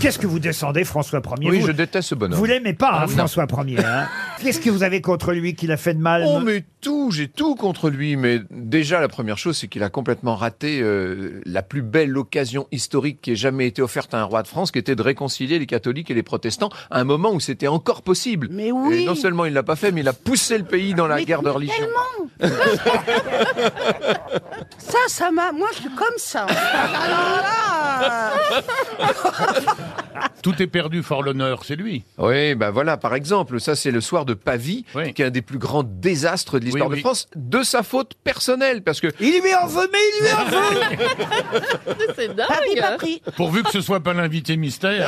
Qu'est-ce que vous descendez, François 1er Oui, Vous- je déteste ce bonhomme. Vous l'aimez pas, hein, Non. François 1er. hein Qu'est-ce que vous avez contre lui qu'il a fait de mal Oh mais tout, j'ai tout contre lui, mais déjà la première chose c'est qu'il a complètement raté euh, la plus belle occasion historique qui ait jamais été offerte à un roi de France, qui était de réconcilier les catholiques et les protestants à un moment où c'était encore possible. Mais oui. Et non seulement il l'a pas fait, mais il a poussé le pays dans la Mais guerre de religion. Ça, ça m'a. Moi, je suis comme ça. Alors là. Tout est perdu, fort l'honneur, c'est lui. Oui, bah voilà, par exemple, ça c'est le soir de Pavie, Oui. qui est un des plus grands désastres de l'histoire Oui, oui. de France, de sa faute personnelle, parce que Il lui en veut, mais il lui en veut C'est dingue. Papi, papri. Pourvu que ce soit pas l'invité mystère.